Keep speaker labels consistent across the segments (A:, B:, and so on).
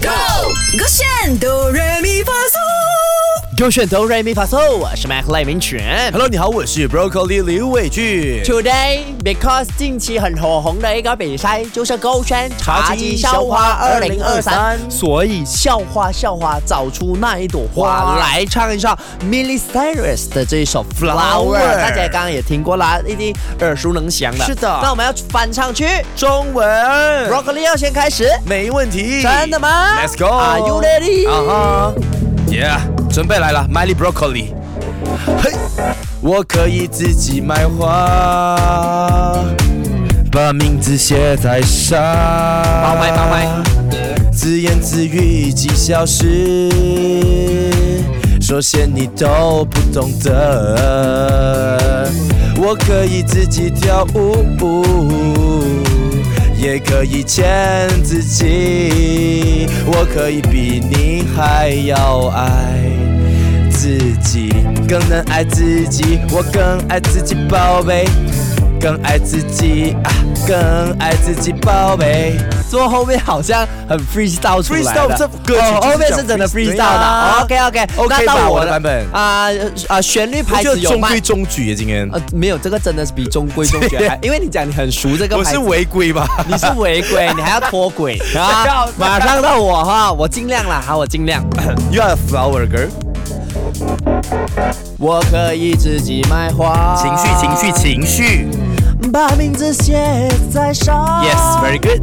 A: Go，勾选哆来咪发嗦。
B: 勾选哆瑞咪发嗦，我是 Mac 赖明全。
C: Hello，你好，我是 Broccoli 刘伟俊。
B: Today because 近期很火红的一个比赛就是勾选
C: 茶几校花2023
B: 所以校花校花找出那一朵花
C: 哇
B: 来唱一唱 Miley Cyrus 的这一首 Flower，
C: Flower
B: 哦大家刚刚也听过啦，一定耳熟能详的。
C: 是的
B: 那我们要翻唱去
C: 中文
B: Broccoli 要先开始，
C: 没问题。
B: 真的吗
C: ？Let's go。
B: Are you ready？
C: 啊哈，Yeah，准备来了，Miley Broccoli。嘿，我可以自己买花，把名字写在上。包
B: 麦包麦
C: 自言自语已经消失，说些你都不懂得。我可以自己跳舞，也可以牵自己，我可以比你还要爱。自己，更能爱自己，我更爱自己，宝贝，更爱自己啊，更爱自己，宝贝。
B: 做后面好像很 freestyle 出来的
C: freestyle 这歌曲
B: 哦
C: 就是
B: 后面
C: 这样
B: 是真的 freestyle
C: freestyle
B: 的
C: 啊。
B: OK OK
C: OK
B: 那到
C: 吧
B: 我
C: 我的版本
B: 啊啊，旋律牌子有
C: 中
B: 卖
C: 规。中矩啊，今天
B: 呃，没有，这个真的是比中规中 矩还，因为你讲你很熟这个
C: 我
B: 牌
C: 是
B: 子，
C: 违规吧？
B: 你是违规，你还要脱 轨啊！马上到我哈，我尽量啦， 好，我尽量。
C: You are a flower girl。
B: 我可以自己买花，
C: 情绪。
B: 把名字写在上
C: Yes, very good。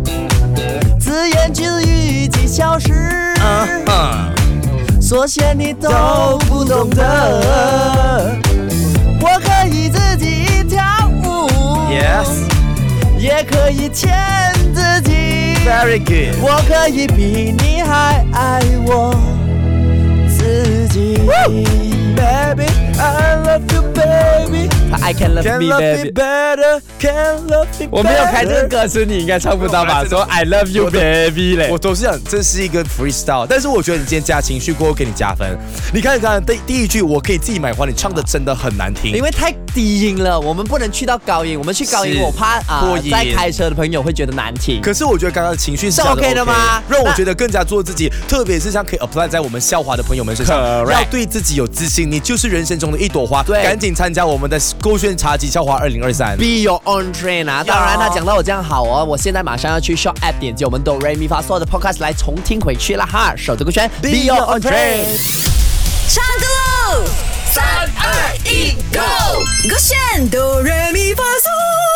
B: 自言自语已经消失。
C: 嗯嗯，
B: 所写你都不懂得。我可以自己跳舞
C: Yes,
B: 也可以牵自己。
C: very good。
B: 我可以比你还爱我自己。
C: Baby, I love you, baby.
B: I can love
C: Can
B: me,
C: love
B: baby。
C: me better. Can love me better.
B: 我没有开这个歌，所以你应该唱不到吧？
C: 我本来真的
B: 说 I love you,
C: 我的
B: baby 嘞
C: 我。都是想，这是一个 freestyle，但是我觉得你今天加情绪过后给你加分。你看看第第一句，我可以自己买花，你唱的真的很难听
B: 因。为太低音了，我们不能去到高音。我们去高音，
C: 是
B: 我怕啊
C: 破，音
B: 在开车的朋友会觉得难听。
C: 可是我觉得刚刚的情绪是
B: 是 OK
C: OK
B: 的吗
C: 让我
B: 那
C: 觉得更加做自己，特别是像可以 apply 在我们校华的朋友们身上
B: Correct
C: 要对自己有自信，你就是人生中的一朵花，
B: 对
C: 赶紧参加我们的勾选茶集校华二零二三。
B: Be your own train 啊！当然，他讲到我这样好哦，我现在马上要去 Shop App 点击我们 Do Re Mi Fa So 的 Podcast 来重听回去了哈。手这个圈 Be your own train。
A: 唱歌喽！三二一，Go！勾选哆来咪发嗦。